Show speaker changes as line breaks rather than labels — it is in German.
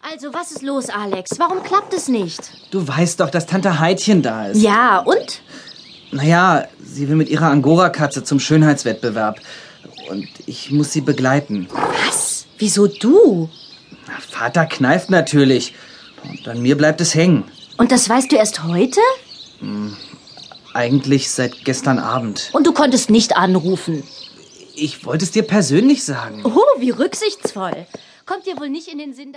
Also, was ist los, Alex? Warum klappt es nicht?
Du weißt doch, dass Tante Heidchen da ist.
Ja, und?
Naja, sie will mit ihrer Angora-Katze zum Schönheitswettbewerb. Und ich muss sie begleiten.
Was? Wieso du?
Na, Vater kneift natürlich. Und an mir bleibt es hängen.
Und das weißt du erst heute?
Eigentlich seit gestern Abend.
Und du konntest nicht anrufen.
Ich wollte es dir persönlich sagen.
Oh, wie rücksichtsvoll. Kommt dir wohl nicht in den Sinn, dass.